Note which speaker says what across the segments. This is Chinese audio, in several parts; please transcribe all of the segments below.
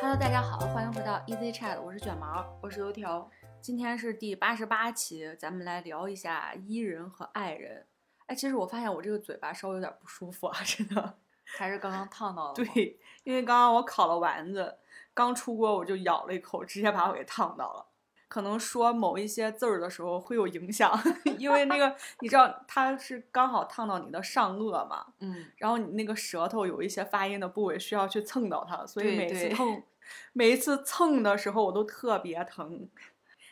Speaker 1: Hello，大家好，欢迎回到 Easy Chat，我是卷毛，
Speaker 2: 我是油条。
Speaker 1: 今天是第八十八期，咱们来聊一下伊人和爱人。哎，其实我发现我这个嘴巴稍微有点不舒服啊，真的。
Speaker 2: 还是刚刚烫到了。，
Speaker 1: 对，因为刚刚我烤了丸子，刚出锅我就咬了一口，直接把我给烫到了。可能说某一些字儿的时候会有影响， 因为那个你知道它是刚好烫到你的上颚嘛，
Speaker 2: 嗯，
Speaker 1: 然后你那个舌头有一些发音的部位需要去蹭到它，所
Speaker 2: 对
Speaker 1: 以每次
Speaker 2: 对
Speaker 1: 蹭，每一次蹭的时候我都特别疼。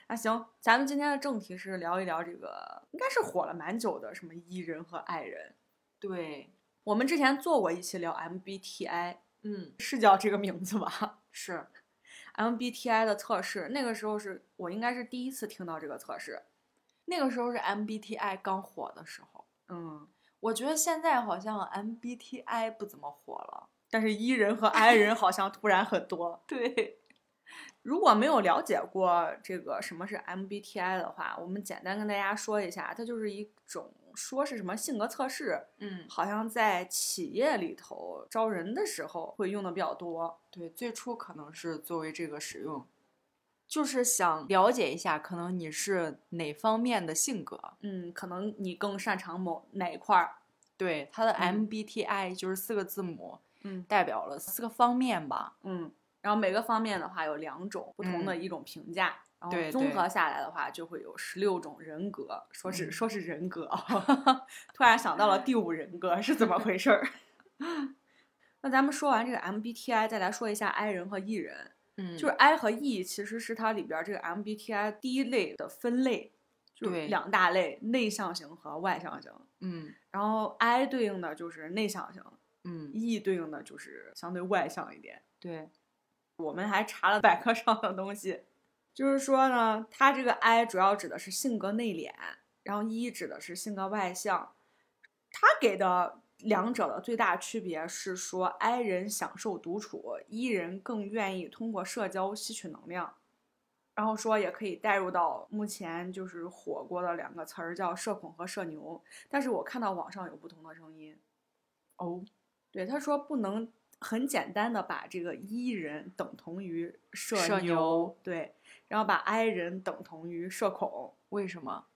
Speaker 1: 那啊行，咱们今天的正题是聊一聊这个，应该是火了蛮久的什么伊人和爱人。
Speaker 2: 对，
Speaker 1: 我们之前做过一期聊 MBTI，
Speaker 2: 嗯，
Speaker 1: 是叫这个名字吧
Speaker 2: 是，
Speaker 1: ？MBTI 的测试，那个时候是我应该是第一次听到这个测试。
Speaker 2: 那个时候是 MBTI 刚火的时候。
Speaker 1: 嗯，
Speaker 2: 我觉得现在好像 MBTI 不怎么火了。
Speaker 1: 但是伊人和 I 人好像突然很多。
Speaker 2: 对，
Speaker 1: 如果没有了解过这个什么是 MBTI 的话，我们简单跟大家说一下，它就是一种说是什么性格测试，
Speaker 2: 嗯，
Speaker 1: 好像在企业里头招人的时候会用的比较多。
Speaker 2: 对，最初可能是作为这个使用，就是想了解一下，可能你是哪方面的性格。
Speaker 1: 嗯，可能你更擅长某哪一块儿？
Speaker 2: 对，它的
Speaker 1: 嗯
Speaker 2: MBTI 就是四个字母，
Speaker 1: 嗯
Speaker 2: 代表了四个方面吧。
Speaker 1: 嗯，然后每个方面的话有两种不同的一种评价。然
Speaker 2: 嗯
Speaker 1: 后
Speaker 2: 对
Speaker 1: 综
Speaker 2: 对
Speaker 1: 合下来的话，就会有十六种人格。说是、
Speaker 2: 嗯
Speaker 1: 说是人格，啊 突然想到了第五人格是怎么回事儿。 那咱们说完这个 MBTI，再来说一下 I 人和 E 人。
Speaker 2: 嗯
Speaker 1: 就是 I 和 E 其实是它里边儿这个 MBTI 第一类的分类，就是
Speaker 2: 对
Speaker 1: 两大类：内向型和外向型。
Speaker 2: 嗯
Speaker 1: 然后 I 对应的就是内向型
Speaker 2: 嗯，
Speaker 1: ，E 对应的就是相对外向一点。
Speaker 2: 对，
Speaker 1: 我们还查了百科上的东西，就是说呢，它这个 I 主要指的是性格内敛，然后 E 指的是性格外向。它给的两者的最大区别是说，I 人享受独处，E 人更愿意通过社交吸取能量。然后说也可以带入到目前就是火锅的两个词儿叫社恐和社牛，但是我看到网上有不同的声音，
Speaker 2: 哦，
Speaker 1: 对，他说不能很简单的把这个 E 人等同于社
Speaker 2: 社牛
Speaker 1: 对，然后把 I 人等同于社恐，
Speaker 2: 为什么？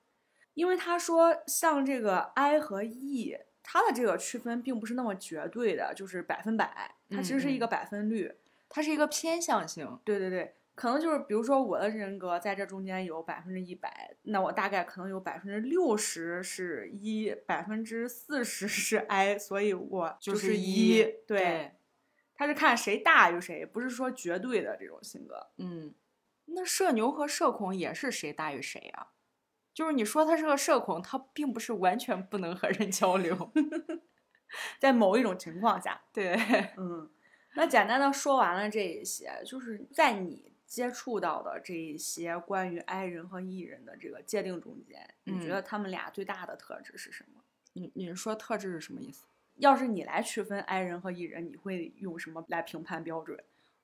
Speaker 1: 因为他说像这个 I 和 E，它的这个区分并不是那么绝对的，就是百分百，它其实是一
Speaker 2: 嗯嗯
Speaker 1: 个百分率。
Speaker 2: 它是一个偏向性。
Speaker 1: 对对对，可能就是比如说我的人格在这中间有百分之一百，那我大概可能有百分之六十是一，百分之四十是 I，所以我
Speaker 2: 就是是
Speaker 1: 一，
Speaker 2: 一
Speaker 1: 对。
Speaker 2: 对，
Speaker 1: 他是看谁大于谁，不是说绝对的这种性格。
Speaker 2: 嗯，那社牛和社恐也是谁大于谁啊？就是你说他是个社恐，他并不是完全不能和人交流。
Speaker 1: 在某一种情况下，
Speaker 2: 对，
Speaker 1: 嗯，那简单的说完了这一些，就是在你接触到的这一些关于 I 人和 E 人的这个界定中间，你
Speaker 2: 嗯
Speaker 1: 觉得他们俩最大的特质是什么？
Speaker 2: 你你说特质是什么意思？
Speaker 1: 要是你来区分 I 人和 E 人，你会用什么来评判标准？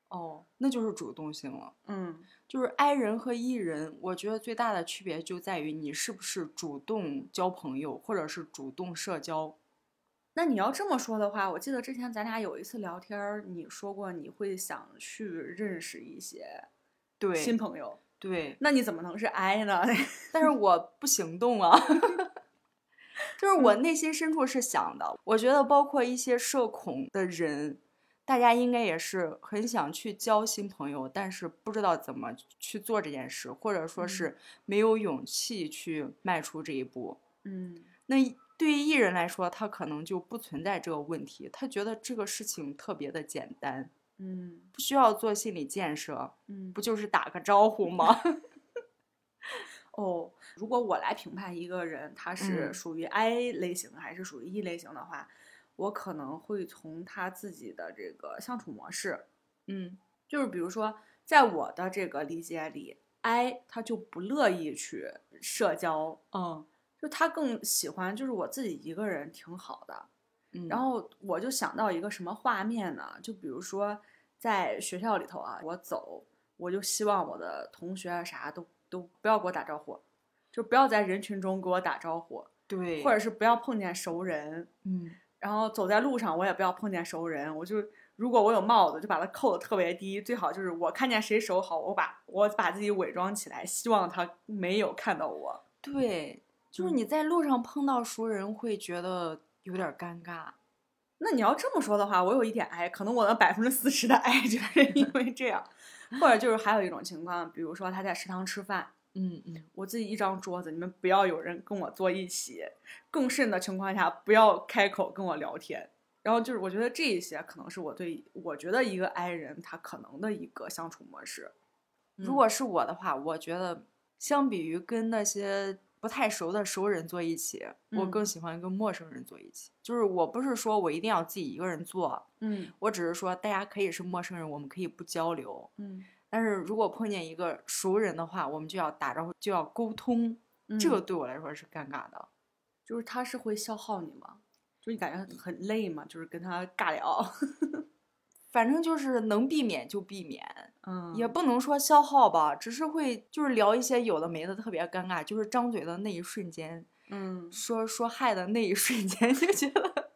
Speaker 2: 哦，那就是主动性了。
Speaker 1: 嗯
Speaker 2: 就是 I 人和 E 人，我觉得最大的区别就在于你是不是主动交朋友，或者是主动社交。
Speaker 1: 那你要这么说的话，我记得之前咱俩有一次聊天儿，你说过你会想去认识一些新
Speaker 2: 对
Speaker 1: 朋友，
Speaker 2: 对，
Speaker 1: 那你怎么能是 I 呢？
Speaker 2: 但是我不行动啊， 就是我
Speaker 1: 嗯
Speaker 2: 内心深处是想的。我觉得包括一些社恐的人，大家应该也是很想去交新朋友，但是不知道怎么去做这件事，或者说
Speaker 1: 嗯
Speaker 2: 是没有勇气去迈出这一步。
Speaker 1: 嗯。
Speaker 2: 那一对于艺人来说，他可能就不存在这个问题，他觉得这个事情特别的简单，
Speaker 1: 嗯
Speaker 2: 不需要做心理建设，
Speaker 1: 嗯
Speaker 2: 不就是打个招呼吗？
Speaker 1: 哦，如果我来评判一个人，他是
Speaker 2: 嗯
Speaker 1: 属于 I 类型还是属于 E 类型的话，我可能会从他自己的这个相处模式，
Speaker 2: 嗯
Speaker 1: 就是比如说，在我的这个理解里，I 他就不乐意去社交，
Speaker 2: 嗯
Speaker 1: 就他更喜欢就是我自己一个人挺好的。
Speaker 2: 嗯，
Speaker 1: 然后我就想到一个什么画面呢？就比如说在学校里头啊，我走，我就希望我的同学啊啥都都不要给我打招呼，就不要在人群中给我打招呼，
Speaker 2: 对，
Speaker 1: 或者是不要碰见熟人。
Speaker 2: 嗯
Speaker 1: 然后走在路上我也不要碰见熟人，我就如果我有帽子就把它扣的特别低，最好就是我看见谁手好，我把我把自己伪装起来，希望他没有看到我。
Speaker 2: 对，就是
Speaker 1: 嗯
Speaker 2: 你在路上碰到熟人会觉得有点儿尴尬。
Speaker 1: 那你要这么说的话，我有一点癌，可能我的百分之四十的 癌就是因为这样，或者就是还有一种情况，比如说他在食堂吃饭，
Speaker 2: 嗯嗯，
Speaker 1: 我自己一张桌子，你们不要有人跟我坐一起，更甚的情况下不要开口跟我聊天。然后就是我觉得这一些可能是我对我觉得一个 I 人他可能的一个相处模式。嗯
Speaker 2: 如果是我的话，我觉得相比于跟那些不太熟的熟人坐一起，我
Speaker 1: 嗯
Speaker 2: 更喜欢跟陌生人坐一起。就是我不是说我一定要自己一个人坐，
Speaker 1: 嗯
Speaker 2: 我只是说大家可以是陌生人，我们可以不交流。
Speaker 1: 嗯，
Speaker 2: 但是如果碰见一个熟人的话，我们就要打招呼，就要沟通，这
Speaker 1: 这
Speaker 2: 个
Speaker 1: 个
Speaker 2: 对我来说是尴尬的。
Speaker 1: 就是他是会消耗你吗？就你感觉很累吗？就是跟他尬聊，
Speaker 2: 反正就是能避免就避免，
Speaker 1: 嗯
Speaker 2: 也不能说消耗吧，只是会就是聊一些有的没的，特别尴尬。就是张嘴的那一瞬间，
Speaker 1: 嗯，
Speaker 2: 说说嗨的那一瞬间，就觉得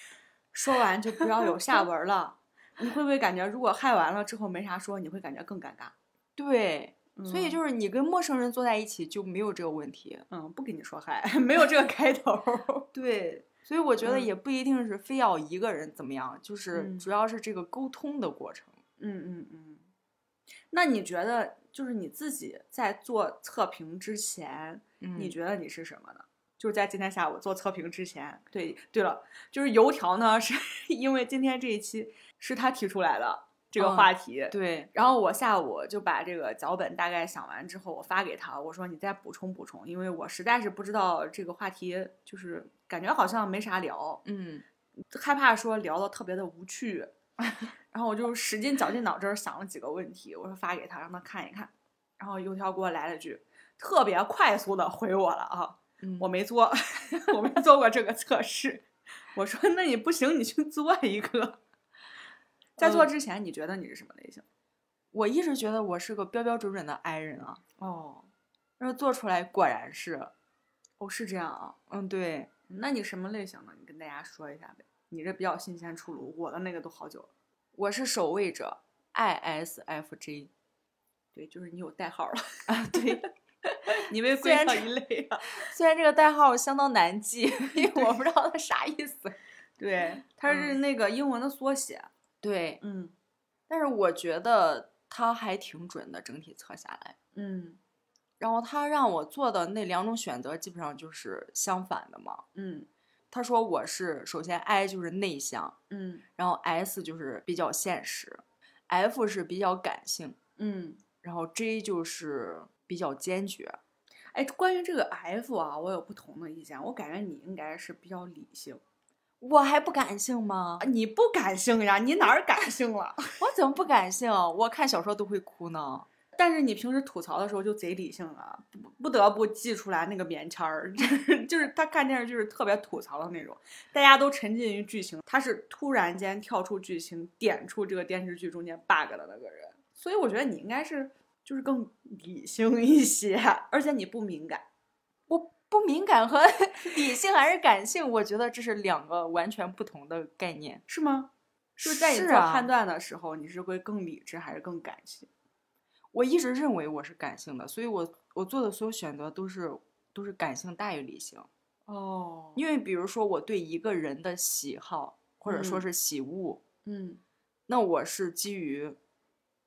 Speaker 1: 说完就不要有 下文了。你会不会感觉如果害完了之后没啥说，你会感觉更尴尬？
Speaker 2: 对。所以
Speaker 1: 是
Speaker 2: 就是你跟陌生人坐在一起就没有这个问题。
Speaker 1: 嗯，不跟你说嗨， 没有这个开头。
Speaker 2: 对，所以我觉得
Speaker 1: 嗯
Speaker 2: 也不一定是非要一个人怎么样，就是
Speaker 1: 嗯
Speaker 2: 主要是这个沟通的过程。
Speaker 1: 嗯嗯嗯，那你觉得就是你自己在做测评之前，
Speaker 2: 嗯
Speaker 1: 你觉得你是什么呢？就是在今天下午做测评之前，对对了，就是油条呢，是 因为今天这一期是他提出来的这个
Speaker 2: 嗯
Speaker 1: 话题，
Speaker 2: 对，
Speaker 1: 然后我下午就把这个脚本大概想完之后，我发给他，我说你再补充补充，因为我实在是不知道这个话题，就是感觉好像没啥聊，
Speaker 2: 嗯
Speaker 1: 害怕说聊的特别的无趣，然后我就使劲绞尽脑汁儿想了几个问题，我说发给他让他看一看，然后油条给我来了句特别快速的回我了啊，
Speaker 2: 嗯，
Speaker 1: 我没做， 我没做过这个测试，我说那你不行，你去做一个。在做
Speaker 2: 嗯
Speaker 1: 之前，你觉得你是什么类型？
Speaker 2: 我一直觉得我是个标标准准的 I 人啊，
Speaker 1: 哦，
Speaker 2: 但是做出来果然是，
Speaker 1: 哦，是这样啊。
Speaker 2: 嗯，对，
Speaker 1: 那你什么类型呢？你跟大家说一下呗。你这比较新鲜出炉，我的那个都好久了。
Speaker 2: 我是守卫者，ISFJ。
Speaker 1: 对，就是你有代号了啊。对，你 被
Speaker 2: 虽
Speaker 1: 归
Speaker 2: 然
Speaker 1: 到
Speaker 2: 这
Speaker 1: 一类 了。
Speaker 2: 虽然这个代号相当难记， 因为我不知道它啥意思。
Speaker 1: 对，它是
Speaker 2: 嗯
Speaker 1: 那个英文的缩写。
Speaker 2: 对，
Speaker 1: 嗯
Speaker 2: 但是我觉得它还挺准的，整体测下来。
Speaker 1: 嗯
Speaker 2: 然后他让我做的那两种选择基本上就是相反的嘛。
Speaker 1: 嗯
Speaker 2: 他说我是首先 I 就是内向，
Speaker 1: 嗯
Speaker 2: 然后 S 就是比较现实，F 是比较感性，
Speaker 1: 嗯。
Speaker 2: 然后 J 就是比较坚决。
Speaker 1: 哎，关于这个 F 啊，我有不同的意见。我感觉你应该是比较理性
Speaker 2: 我还不感性吗
Speaker 1: 啊，？你不感性呀？你哪儿感性了？
Speaker 2: 我怎么不感性？我看小说都会哭呢。
Speaker 1: 但是你平时吐槽的时候就贼理性啊，不不得不记出来那个棉签儿， 就是就是他看电视剧是特别吐槽的那种，大家都沉浸于剧情，他是突然间跳出剧情，点出这个电视剧中间 bug 的那个人，所以我觉得你应该是就是更理性一些，而且你不敏感，
Speaker 2: 我不敏感和 理性还是感性，我觉得这是两个完全不同的概念。
Speaker 1: 是吗？就是在你做
Speaker 2: 啊
Speaker 1: 判断的时候，你是会更理智还是更感性？
Speaker 2: 我一直认为我是感性的，所以我我做的所有选择都是都是感性大于理性。
Speaker 1: 哦因
Speaker 2: 因
Speaker 1: 为
Speaker 2: 为比如说我对一个人的喜好或者说
Speaker 1: 嗯
Speaker 2: 是喜恶，
Speaker 1: 嗯
Speaker 2: 那我是基于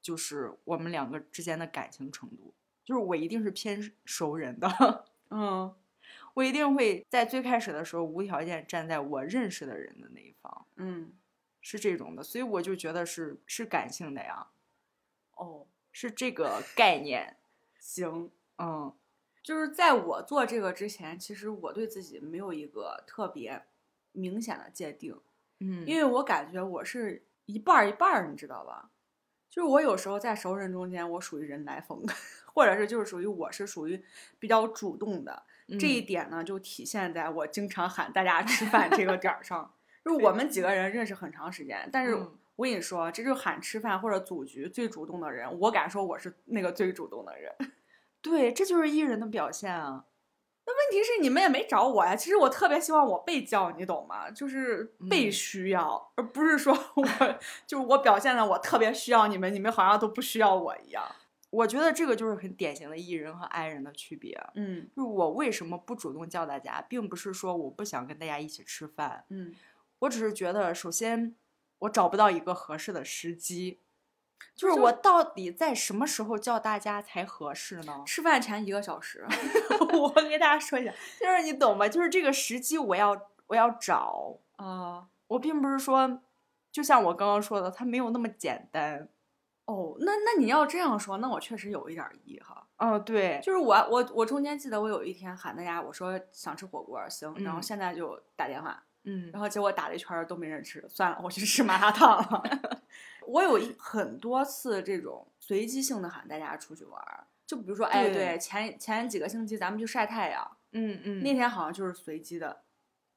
Speaker 2: 就是我们两个之间的感情程度，就是我一定是偏熟人的，
Speaker 1: 嗯
Speaker 2: 我一定会在最开始的时候无条件站在我认识的人的那一方，
Speaker 1: 嗯
Speaker 2: 是这种的，所以我就觉得是是感性的呀，
Speaker 1: 哦，
Speaker 2: 是这个概念，
Speaker 1: 行。
Speaker 2: 嗯
Speaker 1: 就是在我做这个之前，其实我对自己没有一个特别明显的界定，
Speaker 2: 嗯，
Speaker 1: 因为我感觉我是一半儿一半儿，你知道吧？就是我有时候在熟人中间，我属于人来疯， 或者是就是属于我是属于比较主动的，这一
Speaker 2: 嗯
Speaker 1: 点呢就体现在我经常喊大家吃饭这个点儿上。 就是我们几个人认识很长时间，但是
Speaker 2: 嗯
Speaker 1: 我跟你说，这就是喊吃饭或者组局最主动的人，我敢说我是那个最主动的人。
Speaker 2: 对，这就是艺人的表现啊，
Speaker 1: 那问题是你们也没找我呀。其实我特别希望我被叫，你懂吗？就是被
Speaker 2: 嗯
Speaker 1: 需要，而不是说我就是我表现的我特别需要你们，你们好像都不需要我一样。
Speaker 2: 我觉得这个就是很典型的 E 人和 I 人的区别。
Speaker 1: 嗯
Speaker 2: 就是我为什么不主动叫大家，并不是说我不想跟大家一起吃饭，
Speaker 1: 嗯，
Speaker 2: 我只是觉得，首先我找不到一个合适的时机，就是
Speaker 1: 就
Speaker 2: 我到底在什么时候叫大家才合适呢？
Speaker 1: 吃饭前一个小 时，我给大家说一下
Speaker 2: 就是你懂吗？就是这个时机，我要我要找，
Speaker 1: 啊、
Speaker 2: 我并不是说，就像我刚刚说的，它没有那么简单。
Speaker 1: 哦，那那你要这样说，那我确实有一点儿疑哈。
Speaker 2: 嗯，对，
Speaker 1: 就是我我我中间记得我有一天喊大家，我说想吃火锅儿，行，然后
Speaker 2: 嗯
Speaker 1: 现在就打电话，
Speaker 2: 嗯
Speaker 1: 然后结果打了一圈儿都没人吃，算了，我去吃麻辣烫了。 我有一很多次这种随机性的喊大家出去玩儿，就比如说，哎，
Speaker 2: 对
Speaker 1: 对，前前几个星期咱们去晒太阳，
Speaker 2: 嗯嗯，
Speaker 1: 那天好像就是随机的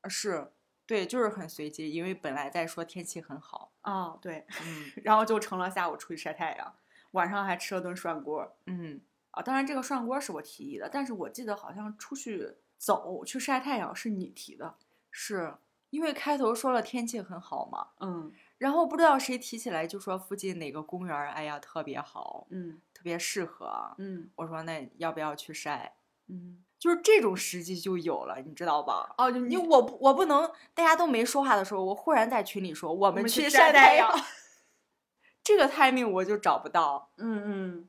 Speaker 1: 呃
Speaker 2: 是对，就是很随机，因为本来在说天气很好，
Speaker 1: 啊、对，
Speaker 2: 嗯
Speaker 1: 然后就成了下午出去晒太阳，晚上还吃了顿涮锅儿
Speaker 2: 嗯，
Speaker 1: 啊。当然，这个涮锅儿是我提议的，但是我记得好像出去走去晒太阳是你提的，
Speaker 2: 是因为开头说了天气很好嘛，
Speaker 1: 嗯
Speaker 2: 然后不知道谁提起来就说附近哪个公园儿，哎呀特别好，
Speaker 1: 嗯
Speaker 2: 特别适合。啊
Speaker 1: 嗯
Speaker 2: 我说那要不要去晒？
Speaker 1: 嗯，
Speaker 2: 就是这种时机就有了，你知道吧？
Speaker 1: 哦，就你
Speaker 2: 因为我不我不能大家都没说话的时候，我忽然在群里说我
Speaker 1: 我
Speaker 2: 们
Speaker 1: 们去
Speaker 2: 去
Speaker 1: 晒
Speaker 2: 晒
Speaker 1: 太
Speaker 2: 太
Speaker 1: 阳
Speaker 2: 阳， 这个 timing 我就找不到。
Speaker 1: 嗯嗯，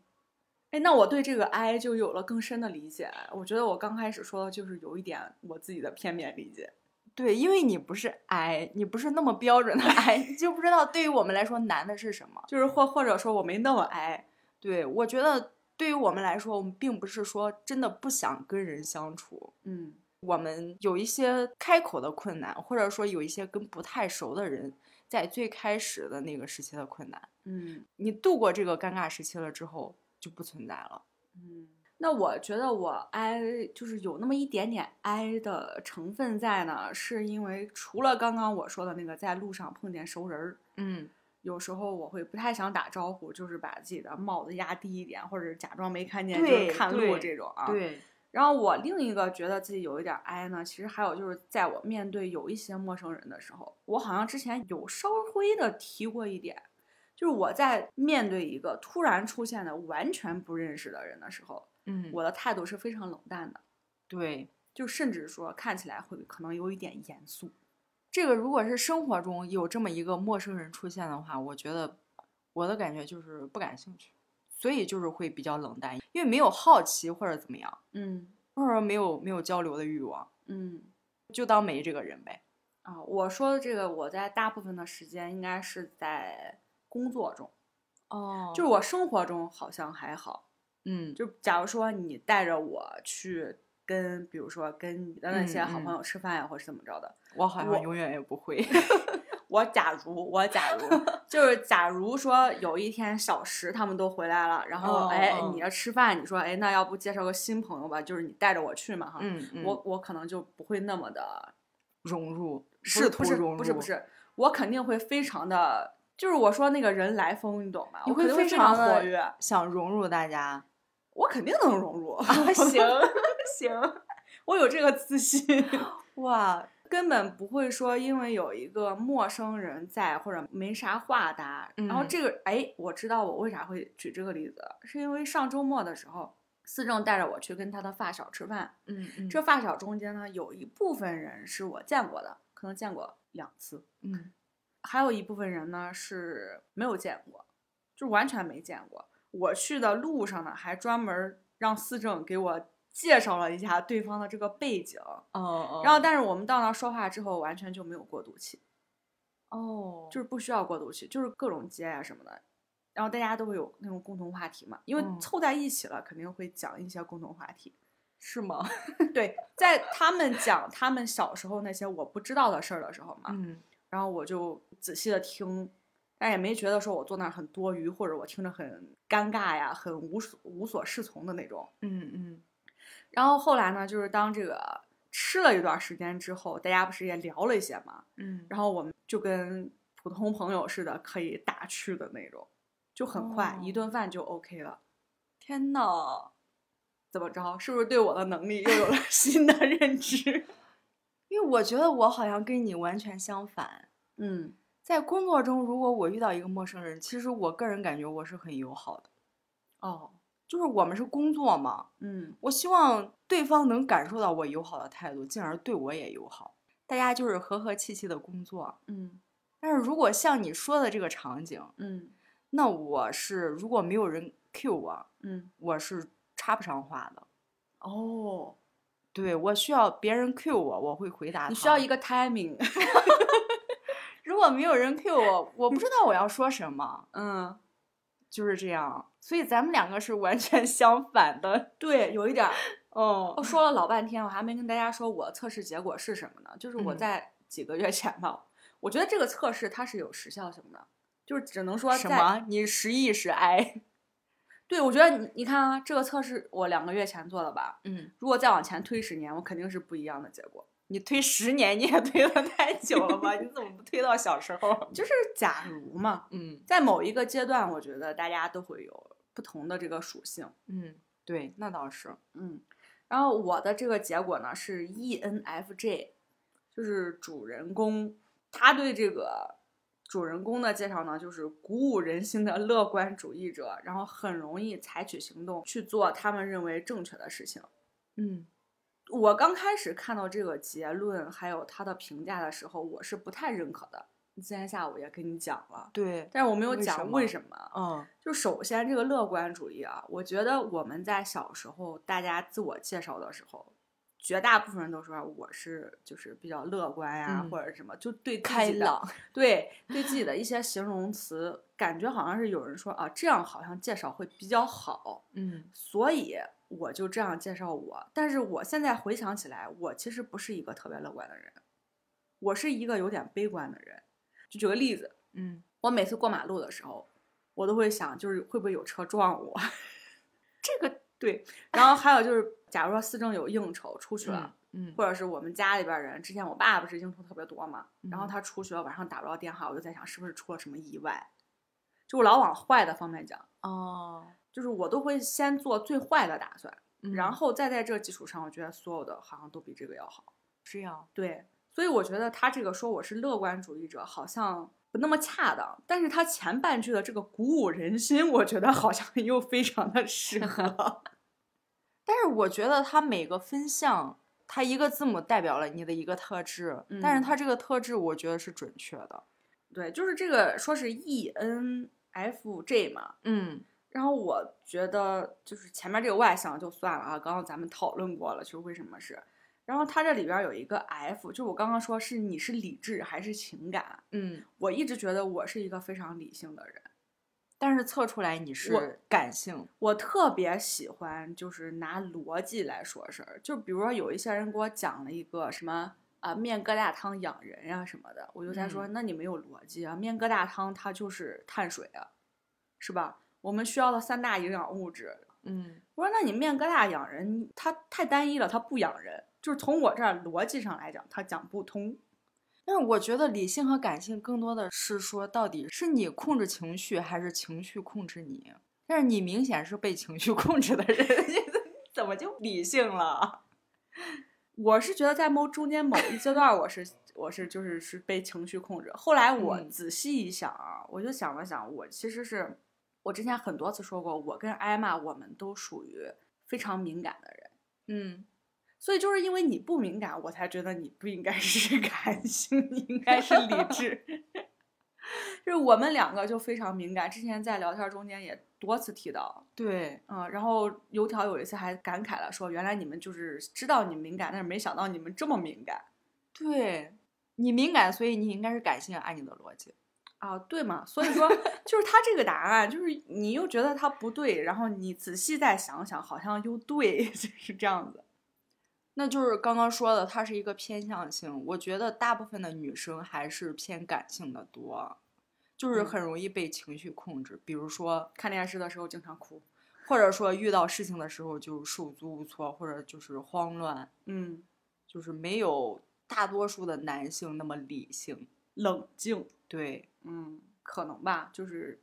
Speaker 1: 哎，那我对这个 I 就有了更深的理解。我觉得我刚开始说的就是有一点我自己的片面理解。
Speaker 2: 对，因为你不是 I，你不是那么标准的 I，你就不知道对于我们来说难的是什么。
Speaker 1: 就是或或者说我没那么 I，
Speaker 2: 对，我觉得对于我们来说，我们并不是说真的不想跟人相处，
Speaker 1: 嗯
Speaker 2: 我们有一些开口的困难，或者说有一些跟不太熟的人在最开始的那个时期的困难。
Speaker 1: 嗯
Speaker 2: 你度过这个尴尬时期了之后，就不存在了。
Speaker 1: 嗯。那我觉得我 I 就是有那么一点点 I 的成分在呢，是因为除了刚刚我说的那个在路上碰见熟人儿，
Speaker 2: 嗯
Speaker 1: 有时候我会不太想打招呼，就是把自己的帽子压低一点，或者假装没看见，就是
Speaker 2: 对
Speaker 1: 看路
Speaker 2: 对
Speaker 1: 这种啊。
Speaker 2: 对，
Speaker 1: 然后我另一个觉得自己有一点儿 I 呢，其实还有就是在我面对有一些陌生人的时候，我好像之前有稍微的提过一点，就是我在面对一个突然出现的完全不认识的人的时候，
Speaker 2: 嗯，
Speaker 1: 我的态度是非常冷淡的，
Speaker 2: 对
Speaker 1: 就甚至说看起来会可能有一点严肃。
Speaker 2: 这个，如果是生活中有这么一个陌生人出现的话，我觉得我的感觉就是不感兴趣，所以就是会比较冷淡，因为没有好奇或者怎么样，
Speaker 1: 嗯
Speaker 2: 或者说没有没有交流的欲望，
Speaker 1: 嗯
Speaker 2: 就当没这个人呗。
Speaker 1: 啊，我说的这个，我在大部分的时间应该是在工作中，
Speaker 2: 哦
Speaker 1: 就是
Speaker 2: 就
Speaker 1: 我生活中好像还好。
Speaker 2: 嗯
Speaker 1: 就假如说你带着我去跟，比如说跟你的那些
Speaker 2: 嗯
Speaker 1: 好朋
Speaker 2: 嗯
Speaker 1: 友吃饭呀、或者是怎么着的，
Speaker 2: 我好
Speaker 1: 我
Speaker 2: 像永远也不会。
Speaker 1: 我假如我 假如就是假如说有一天小石他们都回来了，然后、
Speaker 2: 哦
Speaker 1: 哎
Speaker 2: 哦
Speaker 1: 你要吃饭，你说哎那要不介绍个新朋友吧，就是你带着我去嘛哈，
Speaker 2: 嗯，嗯
Speaker 1: 我我可能就不会那么的
Speaker 2: 融入，
Speaker 1: 不
Speaker 2: 试图
Speaker 1: 不是
Speaker 2: 融入，
Speaker 1: 不是不，是，我肯定会非常的。就是我说那个人来疯，你懂吗？
Speaker 2: 你
Speaker 1: 我肯
Speaker 2: 会
Speaker 1: 定会
Speaker 2: 非
Speaker 1: 非常
Speaker 2: 常地
Speaker 1: 活跃，
Speaker 2: 想融入大家。
Speaker 1: 我肯定能融入。
Speaker 2: 啊 行
Speaker 1: 行，我有这个自信。
Speaker 2: 哇，
Speaker 1: 根本不会说，因为有一个陌生人在或者没啥话搭，然后
Speaker 2: 嗯
Speaker 1: 这个哎，我知道我为啥会举这个例子，是因为上周末的时候，思政带着我去跟他的发小吃饭，
Speaker 2: 嗯嗯，
Speaker 1: 这发小中间呢有一部分人是我见过的，可能见过两次，
Speaker 2: 嗯
Speaker 1: 还有一部分人呢是没有见过，就完全没见过。我去的路上呢，还专门让思政给我介绍了一下对方的这个背景。
Speaker 2: 哦哦，
Speaker 1: 然后，但是我们到那儿说话之后，完全就没有过渡期，
Speaker 2: 哦，
Speaker 1: 就是不需要过渡期，就是各种接呀、什么的。然后大家都会有那种共同话题嘛，因为
Speaker 2: 嗯
Speaker 1: 凑在一起了，肯定会讲一些共同话题。
Speaker 2: 是吗？
Speaker 1: 对，在他们讲他们小时候那些我不知道的事儿的时候嘛，
Speaker 2: 嗯
Speaker 1: 然后我就仔细的听，但也没觉得说我坐那儿很多余，或者我听着很尴尬呀，很无所无所适从的那种。
Speaker 2: 嗯嗯，
Speaker 1: 然后后来呢，就是当这个吃了一段时间之后，大家不是也聊了一些嘛，
Speaker 2: 嗯，
Speaker 1: 然后我们就跟普通朋友似的，可以打趣的那种，就很快、一
Speaker 2: 哦
Speaker 1: 顿饭就 OK 了。
Speaker 2: 天呐，
Speaker 1: 怎么着，是不是对我的能力又有了 新的认知？
Speaker 2: 因为我觉得我好像跟你完全相反，
Speaker 1: 嗯，
Speaker 2: 在工作中，如果我遇到一个陌生人，其实我个人感觉我是很友好的，
Speaker 1: 哦，
Speaker 2: 就是我们是工作嘛，
Speaker 1: 嗯
Speaker 2: 我希望对方能感受到我友好的态度，进而对我也友好，大家就是和和气气的工作。
Speaker 1: 嗯
Speaker 2: 但是如果像你说的这个场景，
Speaker 1: 嗯
Speaker 2: 那我是如果没有人 cue 我，
Speaker 1: 嗯，
Speaker 2: 我是插不上话的。
Speaker 1: 哦，
Speaker 2: 对我需要别人 cue 我，我会回答。
Speaker 1: 你需要一，个 timing，
Speaker 2: 如果没有人 cue 我，我不知道我要说什么，
Speaker 1: 嗯，
Speaker 2: 就是这样。所以咱们两个是完全 相反的。
Speaker 1: 对，有一点儿。
Speaker 2: 哦
Speaker 1: 我，说了老半天，我还没跟大家说我测试结果是什么呢？就是我
Speaker 2: 嗯
Speaker 1: 在几个月前吧，我觉得这个测试它是有时效性的，就是只能说
Speaker 2: 什
Speaker 1: 在
Speaker 2: 么？你时意时哀？
Speaker 1: 对，我觉得你你看啊，这个测试我两个月前做的吧，
Speaker 2: 嗯，
Speaker 1: 如果再往前推十年，我肯定是不一样的结果。
Speaker 2: 你推十年，你也推了太久了吧？你怎么不推到小时候？
Speaker 1: 就是假如嘛，
Speaker 2: 嗯
Speaker 1: 在某一个阶段，我觉得大家都会有不同的这个属性。
Speaker 2: 嗯，对，那倒是。
Speaker 1: 嗯，然后我的这个结果呢是 E ENFJ，就是主人公，他对这个主人公的介绍呢，就是鼓舞人心的乐观主义者，然后很容易采取行动去做他们认为正确的事情。
Speaker 2: 嗯
Speaker 1: 我刚开始看到这个结论还有他的评价的时候，我是不太认可的。今天下午也跟你讲了，，
Speaker 2: 对，
Speaker 1: 但是我没有
Speaker 2: 为什
Speaker 1: 讲
Speaker 2: 么
Speaker 1: 为什么。
Speaker 2: 嗯
Speaker 1: 就首先这个乐观主义啊，我觉得我们在小时候大家自我介绍的时候，绝大部分人都说我是就是比较乐观呀、
Speaker 2: 嗯
Speaker 1: 或者什么，就对自己
Speaker 2: 开
Speaker 1: 的
Speaker 2: 朗，
Speaker 1: 对对自己的一些形容词，感觉好像是有人说啊，这样好像介绍会比较好，
Speaker 2: 嗯
Speaker 1: 所以我就这样介绍我。但是我现在回想起来，我其实不是一个特别乐观的人，我是一个有点悲观的人。就举个例子，
Speaker 2: 嗯，
Speaker 1: 我每次过马路的时候，我都会想，就是会不会有车撞我？ 这个对。然后还有就是，假如说思政有应酬出去了，
Speaker 2: 嗯，嗯，
Speaker 1: 或者是我们家里边人，之前我爸不是应酬特别多嘛，然后
Speaker 2: 嗯
Speaker 1: 他出去了，晚上打不着电话，我就在想是不是出了什么意外？就我老往坏的方面讲，
Speaker 2: 哦，
Speaker 1: 就是我都会先做最坏的打算，然
Speaker 2: 嗯
Speaker 1: 后再在这基础上，我觉得所有的好像都比这个要好。
Speaker 2: 这样，
Speaker 1: 对，所以我觉得他这个说我是乐观主义者，好像不那么恰当。但是他前半句的这个鼓舞人心，我觉得好像 又非常的适合。
Speaker 2: 但是我觉得它每个分项，它一个字母代表了你的一个特质，但是它这个特质我觉得是准确的。
Speaker 1: 对，就是这个说是 E N F J 嘛，
Speaker 2: 嗯
Speaker 1: 然后我觉得就是前面这个外向就算了啊，刚刚咱们讨论过了，就是为什么是。然后它这里边儿有一个 F，就是我刚刚说是你是理智还是情感？
Speaker 2: 嗯，
Speaker 1: 我一直觉得我是一个非常理性的人。
Speaker 2: 但是测出来你是感性，嗯
Speaker 1: 我特别喜欢就是拿逻辑来说事儿，就比如说有一些人给我讲了一个什么啊、面疙瘩汤养人呀、什么的，我就在说、
Speaker 2: 嗯
Speaker 1: 那你没有逻辑啊，面疙瘩汤它就是碳水啊，是吧？我们需要的三大营养物质。
Speaker 2: 嗯
Speaker 1: 我说那你面疙瘩养人，你它太单一了，它不养人。就是从我这儿逻辑上来讲，它讲不通。
Speaker 2: 但是我觉得理性和感性更多的是说，到底是你控制情绪，还是情绪控制你？但是你明显是被情绪控制的人，你怎么就理性了？
Speaker 1: 我是觉得在某中间某一阶段，我是我是就是是被情绪控制。后来我
Speaker 2: 嗯
Speaker 1: 仔细一想啊，我就想了想，我其实是我之前很多次说过，我跟艾玛我们都属于非常敏感的人，
Speaker 2: 嗯，
Speaker 1: 所以就是因为你不敏感，我才觉得你不应该是感性，你应该是理智。 就是我们两个就非常敏感，之前在聊天中间也多次提到，
Speaker 2: 对，
Speaker 1: 嗯，然后油条有一次还感慨了说，原来你们就是知道你敏感，但是没想到你们这么敏感。
Speaker 2: 对你敏感，所以你应该是感性，按你的逻辑。
Speaker 1: 啊，对嘛，所以说就是他这个答案，就是你又觉得他不对，然后你仔细再想想，好像又对， 就是这样子。
Speaker 2: 那就是刚刚说的，它是一个偏向性。我觉得大部分的女生还是偏感性的多，就是
Speaker 1: 嗯
Speaker 2: 很容易被情绪控制。比如说，
Speaker 1: 看电视的时候经常哭，
Speaker 2: 或者说遇到事情的时候就手足无措，或者就是慌乱，
Speaker 1: 嗯，
Speaker 2: 就是没有大多数的男性那么理性。
Speaker 1: 冷静，
Speaker 2: 对，
Speaker 1: 嗯，可能吧，就是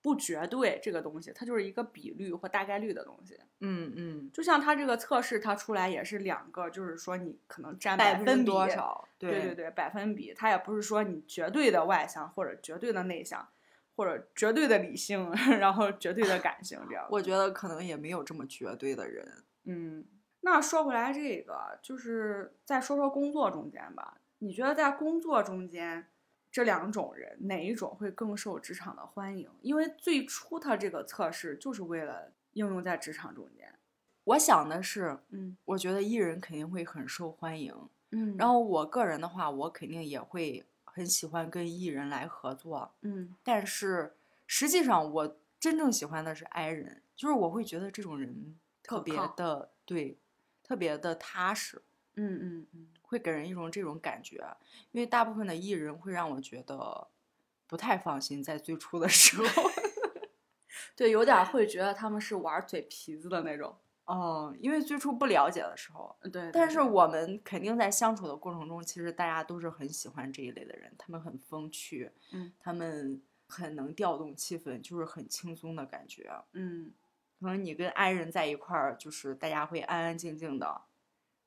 Speaker 1: 不绝对这个东西，它就是一个比率或大概率的东西。
Speaker 2: 嗯嗯，
Speaker 1: 就像它这个测试，它出来也是两个，就是说你可能占
Speaker 2: 百
Speaker 1: 分
Speaker 2: 分
Speaker 1: 比
Speaker 2: 多？少？
Speaker 1: 对对
Speaker 2: 对，
Speaker 1: 对，百分比，它也不是说你绝对的外向或者绝对的内向，或者绝对的理性， 然后绝对的感性这样。
Speaker 2: 我觉得可能也没有这么绝对的人。
Speaker 1: 嗯，那说回来，这个就是再说说工作中间吧。你觉得在工作中间，这两种人哪一种会更受职场的欢迎？因为最初他这个测试就是为了应用在职场中间。
Speaker 2: 我想的是，
Speaker 1: 嗯
Speaker 2: 我觉得艺人肯定会很受欢迎。
Speaker 1: 嗯然
Speaker 2: 然
Speaker 1: 后
Speaker 2: 后我个人的话，我肯定也会很喜欢跟艺人来合作，
Speaker 1: 嗯
Speaker 2: 但是实际上我真正喜欢的是 I 人，就是我会觉得这种人特
Speaker 1: 可
Speaker 2: 别
Speaker 1: 靠
Speaker 2: 的对，特别的踏实，
Speaker 1: 嗯嗯嗯
Speaker 2: 会给人一种这种感觉。因为大部分的艺人会让我觉得不太放心，在最初的时 候，
Speaker 1: 对，有点会觉得他们是玩嘴皮子的那种。
Speaker 2: 嗯，因为最初不了解的时候。
Speaker 1: 呃对对，
Speaker 2: 但
Speaker 1: 对
Speaker 2: 是我们肯定在相处的过程中，其实大家都是很喜欢这一类的人，他们很风趣，
Speaker 1: 嗯
Speaker 2: 他们很能调动气氛，就是很轻松的感觉。
Speaker 1: 嗯
Speaker 2: 可能你跟爱人在一块儿，就是大家会安安静静的，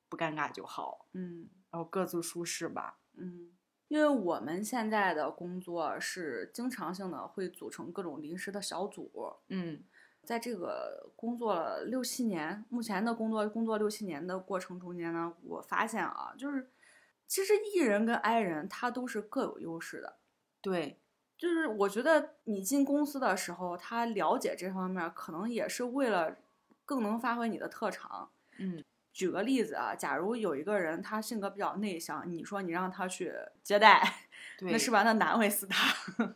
Speaker 2: 不尴尬就好，
Speaker 1: 嗯
Speaker 2: 然后各自舒适吧。
Speaker 1: 嗯，因为我们现在的工作是经常性的会组成各种临时的小组。
Speaker 2: 嗯
Speaker 1: 在这个工作了六七年，目前的工作工作六七年的过程中间呢，我发现啊，就是其实 E 人跟 I 人他都是各有优势的。
Speaker 2: 对，
Speaker 1: 就是我觉得你进公司的时候，他了解这方面儿，可能也是为了更能发挥你的特长。
Speaker 2: 嗯，
Speaker 1: 举个例子啊，假如有一个人他性格比较内向，你说你让他去接待，
Speaker 2: 对，
Speaker 1: 那是？吧？那难为死他。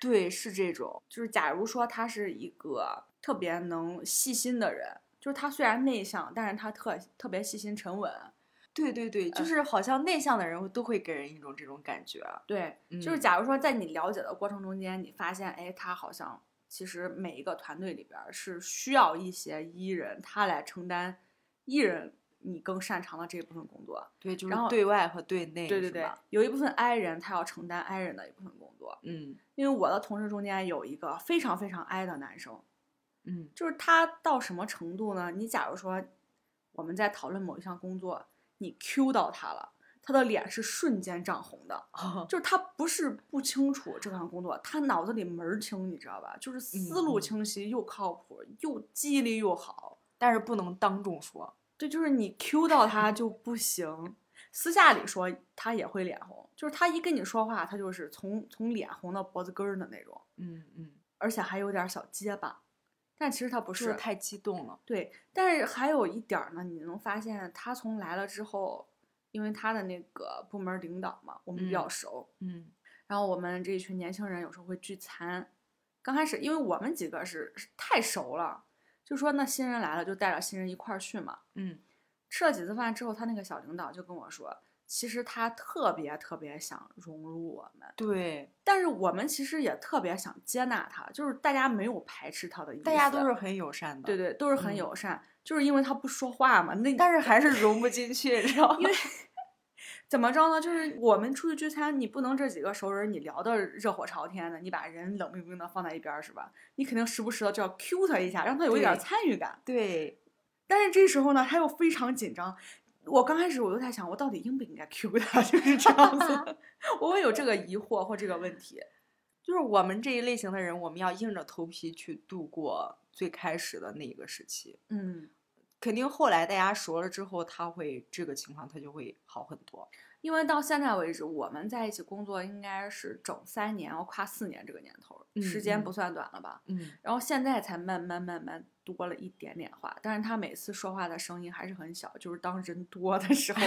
Speaker 2: 对，是这种。
Speaker 1: 就是假如说他是一个特别能细心的人，就是他虽然内向，但是他特特别细心沉稳。
Speaker 2: 对对对，就
Speaker 1: 嗯
Speaker 2: 是好像内向的人都会给人一种这种感觉。
Speaker 1: 对，就是
Speaker 2: 嗯
Speaker 1: 假如说在你了解的过程中间，你发现，哎，他好像其实每一个团队里边儿是需要一些艺人，他来承担艺人你更擅长的这部分工作。
Speaker 2: 对，就是
Speaker 1: 然后
Speaker 2: 对外和对内，
Speaker 1: 对对
Speaker 2: 是
Speaker 1: 对
Speaker 2: 吧，
Speaker 1: 有一部分 I 人他要承担 I 人的一部分工作。
Speaker 2: 嗯
Speaker 1: 因为我的同事中间有一个非常非常 I 的男生，
Speaker 2: 嗯
Speaker 1: 就是他到什么程度呢？你假如说我们在讨论某一项工作，你 Q 到他了，他的脸是瞬间涨红的。
Speaker 2: 哦，
Speaker 1: 就是他不是不清楚这项工作，他脑子里门儿清，你知道吧？就是思路
Speaker 2: 嗯
Speaker 1: 清晰又靠谱，又记忆力又好。
Speaker 2: 但是不能当众说。
Speaker 1: 这就是你 Q 到他就不行。私下里说他也会脸红，就是他一跟你说话，他就是从从脸红到脖子根儿的那种，
Speaker 2: 嗯嗯，
Speaker 1: 而且还有点儿小结巴。但其实他不
Speaker 2: 就是太激动了。
Speaker 1: 对，但是还有一点儿呢，你能发现他从来了之后，因为他的那个部门儿领导嘛，我们比较
Speaker 2: 嗯
Speaker 1: 熟，
Speaker 2: 嗯
Speaker 1: 然后我们这一群年轻人有时候会聚餐。刚开始，因为我们几个是是太熟了，就说那新人来了就带着新人一块儿去嘛。
Speaker 2: 嗯，
Speaker 1: 吃了几次饭之后，他那个小领导就跟我说，其实他特别特别想融入我们，
Speaker 2: 对，
Speaker 1: 但是我们其实也特别想接纳他，就是大家没有排斥他的意思，
Speaker 2: 大家都是很友善的。
Speaker 1: 对对，都是很
Speaker 2: 嗯
Speaker 1: 友善，就是因为他不说话嘛。那
Speaker 2: 但是还 是融不进去，知道吗？
Speaker 1: 怎么着呢？就是我们出去聚餐，你不能这几个熟人你聊的热火朝天的，你把人冷冰冰的放在一边儿是吧？你肯定时不时的就要 Q 他一下，让他有一点儿
Speaker 2: 对
Speaker 1: 参与感。
Speaker 2: 对，
Speaker 1: 但是这时候呢，他又非常紧张。我刚开始我就在想，我到底应不应该 Q 他， 就是这 样子，我会有这个疑惑或这个问题。
Speaker 2: 就是我们这一类型的人，我们要硬着头皮去度过最开始的那一个时期。
Speaker 1: 嗯，
Speaker 2: 肯定后来大家熟了之后，他会这个情况他就会好很多。
Speaker 1: 因为到现在为止，我们在一起工作应该是整三年，要跨四年这个年头儿，时间
Speaker 2: 嗯
Speaker 1: 不算短了吧？
Speaker 2: 嗯，
Speaker 1: 然后现在才慢慢慢慢多了一点点话，但是他每次说话的声音还是很小，就是当人多的时 候，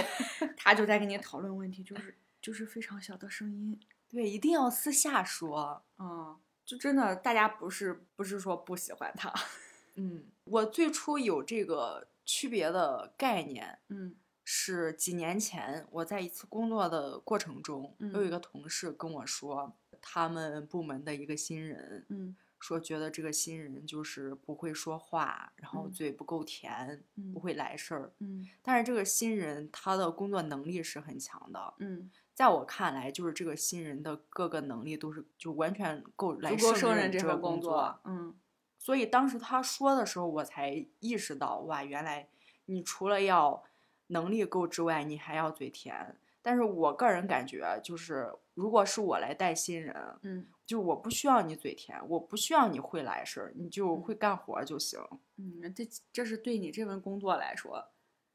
Speaker 1: 他就在跟你讨论问题，就是就是非常小的声音，
Speaker 2: 对，一定要私下说。
Speaker 1: 嗯，就真的大家不是不是说不喜欢他，
Speaker 2: 嗯，我最初有这个区别的概念，
Speaker 1: 嗯
Speaker 2: 是几年前我在一次工作的过程中，我有
Speaker 1: 嗯
Speaker 2: 一个同事跟我说，他们部门的一个新人，
Speaker 1: 嗯
Speaker 2: 说觉得这个新人就是不会说话，然后
Speaker 1: 嗯
Speaker 2: 嘴不够甜，
Speaker 1: 嗯
Speaker 2: 不会来事儿。
Speaker 1: 嗯
Speaker 2: 但是这个新人他的工作能力是很强的，
Speaker 1: 嗯
Speaker 2: 在我看来，就是这个新人的各个能力都是就完全够来
Speaker 1: 足够
Speaker 2: 胜
Speaker 1: 胜任
Speaker 2: 这
Speaker 1: 份
Speaker 2: 份
Speaker 1: 工
Speaker 2: 作。，
Speaker 1: 嗯，
Speaker 2: 所以当时他说的时候，我才意识到，哇，原来你除了要能力够之外，你还要嘴甜。但是我个人感觉，就是如果是我来带新人，
Speaker 1: 嗯
Speaker 2: 就我不需要你嘴甜，我不需要你会来事儿，你就会干活儿就行。
Speaker 1: 嗯，这这是对你这份工作来说，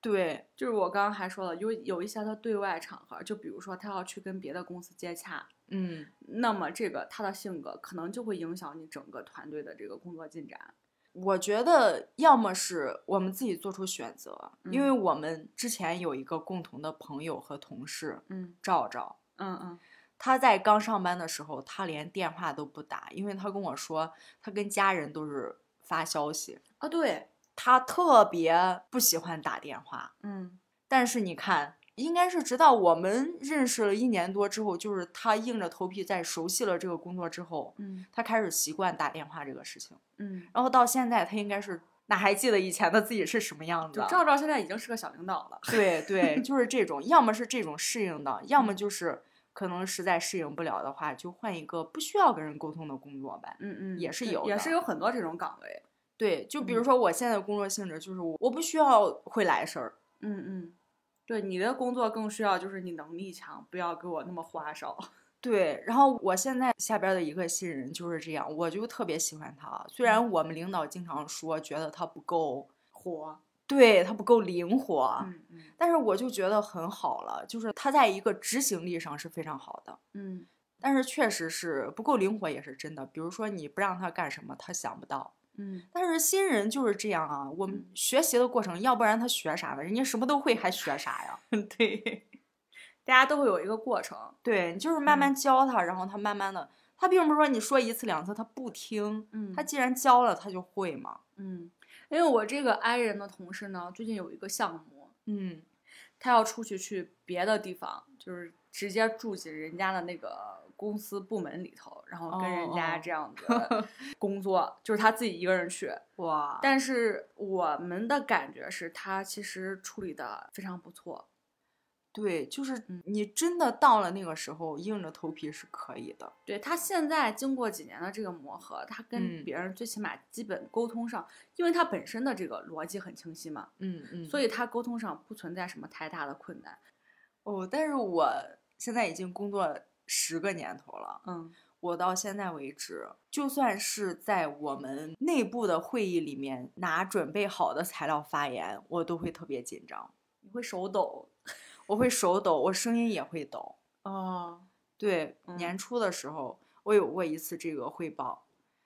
Speaker 2: 对，
Speaker 1: 就是我刚刚还说了，有有一些他对外场合，就比如说他要去跟别的公司接洽，
Speaker 2: 嗯，
Speaker 1: 那么这个他的性格可能就会影响你整个团队的这个工作进展。
Speaker 2: 我觉得要么是我们自己做出选择，因为我们之前有一个共同的朋友和同事
Speaker 1: 嗯
Speaker 2: 赵赵，
Speaker 1: 嗯嗯
Speaker 2: 他在刚上班的时候，他连电话都不打，因为他跟我说，他跟家人都是发消息，
Speaker 1: 啊，对，
Speaker 2: 他特别不喜欢打电话。
Speaker 1: 嗯
Speaker 2: 但是你看，应该是直到我们认识了一年多之后，就是他硬着头皮在熟悉了这个工作之后，
Speaker 1: 嗯
Speaker 2: 他开始习惯打电话这个事情。
Speaker 1: 嗯，
Speaker 2: 然后到现在，他应该是哪还记得以前的自己是什么样子
Speaker 1: 就
Speaker 2: 啊？
Speaker 1: 赵赵现在已经是个小领导了。
Speaker 2: 对 对，就是这种，要么是这种适应的，要么就是可能实在适应不了的话，就换一个不需要跟人沟通的工作呗。
Speaker 1: 嗯嗯，
Speaker 2: 也是
Speaker 1: 对
Speaker 2: 有
Speaker 1: 也
Speaker 2: 的
Speaker 1: 是有很多这种岗位。
Speaker 2: 对，就比
Speaker 1: 嗯
Speaker 2: 如说我现在的工作性质就是我我不需要会来事儿，
Speaker 1: 嗯嗯，对，你的工作更需要就是你能力强，不要给我那么花哨。
Speaker 2: 对，然后我现在下边儿的一个新人就是这样，我就特别喜欢他。虽
Speaker 1: 嗯
Speaker 2: 然我们领导经常说觉得他不够，
Speaker 1: 活，
Speaker 2: 对他不够灵活，
Speaker 1: 嗯嗯
Speaker 2: 但是我就觉得很好了，就是他在一个执行力上是非常好的。
Speaker 1: 嗯
Speaker 2: 但是确实是不够灵活，也是真的。比如说你不让他干什么，他想不到。
Speaker 1: 嗯，
Speaker 2: 但是新人就是这样啊，我们学习的过程，要不然他学啥呢？人家什么都会，还学啥呀？
Speaker 1: 对，大家都会有一个过程。嗯
Speaker 2: 对，你就是慢慢教他，然后他慢慢的，他并不是说你说一次两次他不听，
Speaker 1: 嗯
Speaker 2: 他既然教了，他就会嘛。
Speaker 1: 嗯，因为我这个 i 人的同事呢，最近有一个项目，
Speaker 2: 嗯
Speaker 1: 他要出去去别的地方，就是直接住进人家的那个公司部门里头，然后跟人
Speaker 2: 哦
Speaker 1: 家
Speaker 2: 哦
Speaker 1: 这样子工作，就是他自己一个人去。
Speaker 2: 哇，
Speaker 1: 但是我们的感觉是他其实处理的非常不错。
Speaker 2: 对，就是
Speaker 1: 嗯
Speaker 2: 你真的到了那个时候，硬着头皮是可以的。
Speaker 1: 对他现在经过几年的这个磨合，他跟
Speaker 2: 嗯
Speaker 1: 别人最起码基本沟通上，因为他本身的这个逻辑很清晰嘛，
Speaker 2: 嗯嗯
Speaker 1: 所
Speaker 2: 以
Speaker 1: 以他沟通上不存在什么太大的困难。
Speaker 2: 哦，但是我现在已经工作十个年头了，
Speaker 1: 嗯
Speaker 2: 我到现在为止，就算是在我们内部的会议里面拿准备好的材料发言，我都会特别紧张，
Speaker 1: 你会手抖
Speaker 2: 我会手抖，我声音也会抖。
Speaker 1: 哦，
Speaker 2: 对，
Speaker 1: 嗯
Speaker 2: 年初的时候我有过一次这个汇报。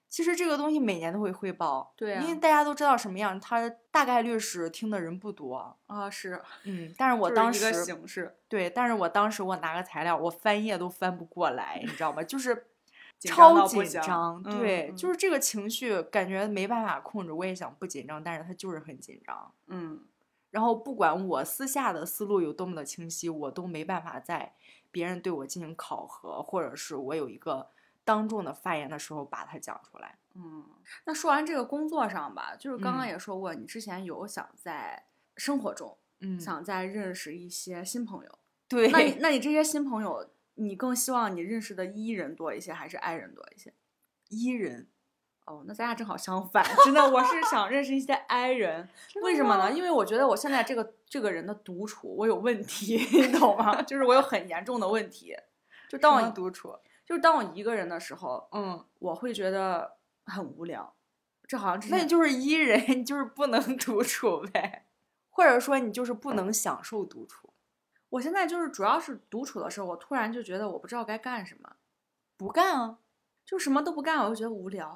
Speaker 2: 其实这个东西每年都会汇报，
Speaker 1: 对啊
Speaker 2: 因为大家都知道什么样，它大概率是听的人不多，
Speaker 1: 啊，是
Speaker 2: 嗯，但是我
Speaker 1: 就是
Speaker 2: 当
Speaker 1: 一
Speaker 2: 时
Speaker 1: 个形式，
Speaker 2: 对，但是我当时我拿个材料，我翻页都翻不过来，你知道吗？就是
Speaker 1: 紧张到
Speaker 2: 超
Speaker 1: 不
Speaker 2: 紧
Speaker 1: 行
Speaker 2: 张，
Speaker 1: 嗯
Speaker 2: 对，
Speaker 1: 嗯
Speaker 2: 就是这个情绪感觉没办法控制。我也想不紧张，但是他就是很紧张。
Speaker 1: 嗯
Speaker 2: 然后不管我私下的思路有多么的清晰，我都没办法在别人对我进行考核，或者是我有一个当众的发言的时候把它讲出来。
Speaker 1: 嗯。那说完这个工作上吧，就是刚刚
Speaker 2: 嗯
Speaker 1: 也说过，你之前有想在生活中、
Speaker 2: 嗯，
Speaker 1: 想再认识一些新朋 友，
Speaker 2: 对，
Speaker 1: 那你那你这些新朋友，你更希望你认识的 E 人多一些，还是 I 人多一些？
Speaker 2: 伊 E 人
Speaker 1: 哦，那咱俩正好相反，真的，我是想认识一些 I 人，为什么呢？？因为我觉得我现在这个这个人的独处，我有问题， 你懂吗？就是我有很严重的问题。就当我
Speaker 2: 我独处，
Speaker 1: 就是当我一个人的时候，
Speaker 2: 嗯，
Speaker 1: 我会觉得很无聊。这好像之
Speaker 2: 那你
Speaker 1: 前
Speaker 2: 就是伊人，你就是不能独处呗，或者说你就是不能享受独处，
Speaker 1: 我现在就是主要是独处的时候，我突然就觉得我不知道该干什么，
Speaker 2: 不干啊。
Speaker 1: 就什么都不干，我就觉得无聊，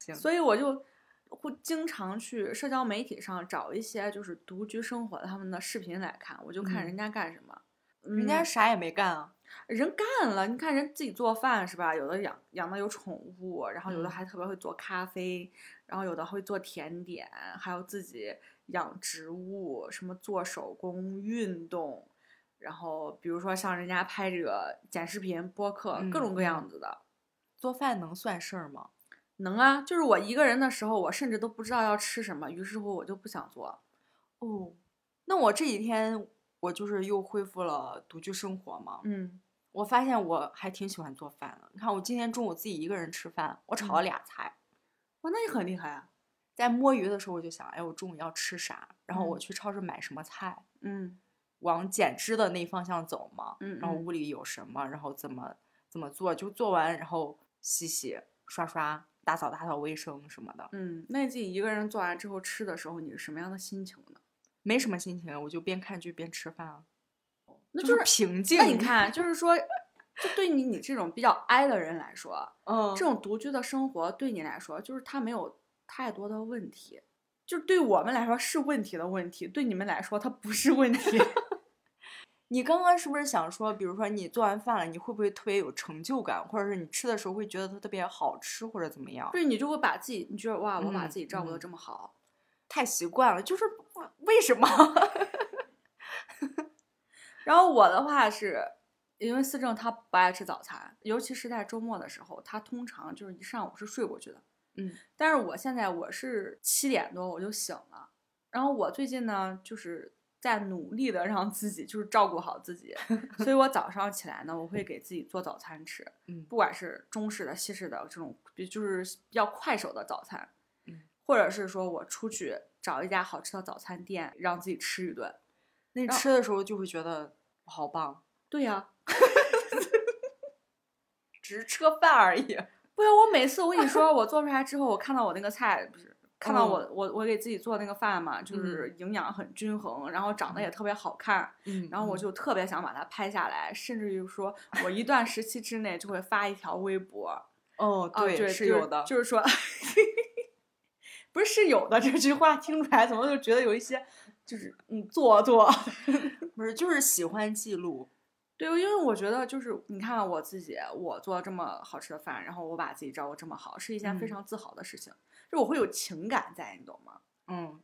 Speaker 2: 行
Speaker 1: 所以我就会经常去社交媒体上找一些就是独居生活的他们的视频来看，我就
Speaker 2: 嗯
Speaker 1: 看人家干什么。
Speaker 2: 人家
Speaker 1: 嗯
Speaker 2: 啥也没干啊。
Speaker 1: 人干了，你看人自己做饭是吧？有的养养的有宠物，然后有的
Speaker 2: 嗯
Speaker 1: 还特别会做咖啡，然后有的会做甜点，还有自己养植物，什么做手工、运动，然后比如说像人家拍这个剪视频、播客，各种
Speaker 2: 嗯
Speaker 1: 各样子的。
Speaker 2: 做饭能算事儿吗？
Speaker 1: 能啊，就是我一个人的时候，我甚至都不知道要吃什么，于是乎我就不想做。
Speaker 2: 哦，那我这几天我就是又恢复了独居生活嘛。
Speaker 1: 嗯
Speaker 2: 我发现我还挺喜欢做饭的。你看，我今天中午自己一个人吃饭，我炒了
Speaker 1: 嗯
Speaker 2: 俩菜。
Speaker 1: 哇，那你很厉害啊。
Speaker 2: 在摸鱼的时候，我就想，哎，我中午要吃啥？然后我
Speaker 1: 嗯
Speaker 2: 去超市买什么菜？
Speaker 1: 嗯
Speaker 2: 往减脂的那一方向走嘛。
Speaker 1: 嗯
Speaker 2: 然后
Speaker 1: 嗯
Speaker 2: 屋里有什么，然后怎么怎么做，就做完然后洗洗、刷刷、打扫打扫卫生什么的，
Speaker 1: 嗯，那你自己一个人做完之后吃的时候，你是什么样的心情呢？
Speaker 2: 没什么心情，我就边看剧边吃饭啊，
Speaker 1: 那
Speaker 2: 就是平静。
Speaker 1: 那你，看，就是说，就对你你这种比较 i 的人来说，
Speaker 2: 嗯，
Speaker 1: 这种独居的生活对你来说，就是它没有太多的问题，就是对我们来说是问题的问题，对你们来说它不是问 题。
Speaker 2: 你刚刚是不是想说，比如说你做完饭了，你会不会特别有成就感，或者是你吃的时候会觉得它特别好吃，或者怎么样？
Speaker 1: 对你就会把自己，你觉得哇，我把
Speaker 2: 嗯
Speaker 1: 自己照顾的
Speaker 2: 嗯
Speaker 1: 这么好，
Speaker 2: 太习惯了，就是为什么？
Speaker 1: 然后我的话是，因为思政他不爱吃早餐，尤其是在周末的时候，他通常就是一上午是睡过去的。
Speaker 2: 嗯
Speaker 1: 但是我现在我是七点多我就醒了，然后我最近呢就是在努力的让自己就是照顾好自 己，所以我早上起来呢，我会给自己做早餐吃，
Speaker 2: 嗯
Speaker 1: 不管是中式的、西式的这种，比就是比较快手的早餐，
Speaker 2: 嗯
Speaker 1: 或者是说我出去找一家好吃的早餐店，让自己吃一顿。
Speaker 2: 那你吃的时候就会觉得我好棒，
Speaker 1: 对呀、
Speaker 2: 只是吃个饭而已。
Speaker 1: 不是，我每次我跟你说，我做出来之后，我看到我那个菜不是。看到我，
Speaker 2: 嗯
Speaker 1: 我我给自己做那个饭嘛，就是营养很均衡，然后长得也特别好看，
Speaker 2: 嗯
Speaker 1: 然后我就特别想把它拍下来，甚至于说，我一段时期之内就会发一条微博。
Speaker 2: 哦，
Speaker 1: 啊对，
Speaker 2: 是
Speaker 1: 就
Speaker 2: 有的，
Speaker 1: 就是说， 不是是有的这句话听出来，怎么就觉得有一些就是嗯做作？
Speaker 2: 不是就是喜欢记录。
Speaker 1: 对，因为我觉得就是你看啊我自己，我做这么好吃的饭，然后我把自己照顾这么好，是一件
Speaker 2: 嗯
Speaker 1: 非常自豪的事情，就我会有情感在，你懂吗？
Speaker 2: 嗯，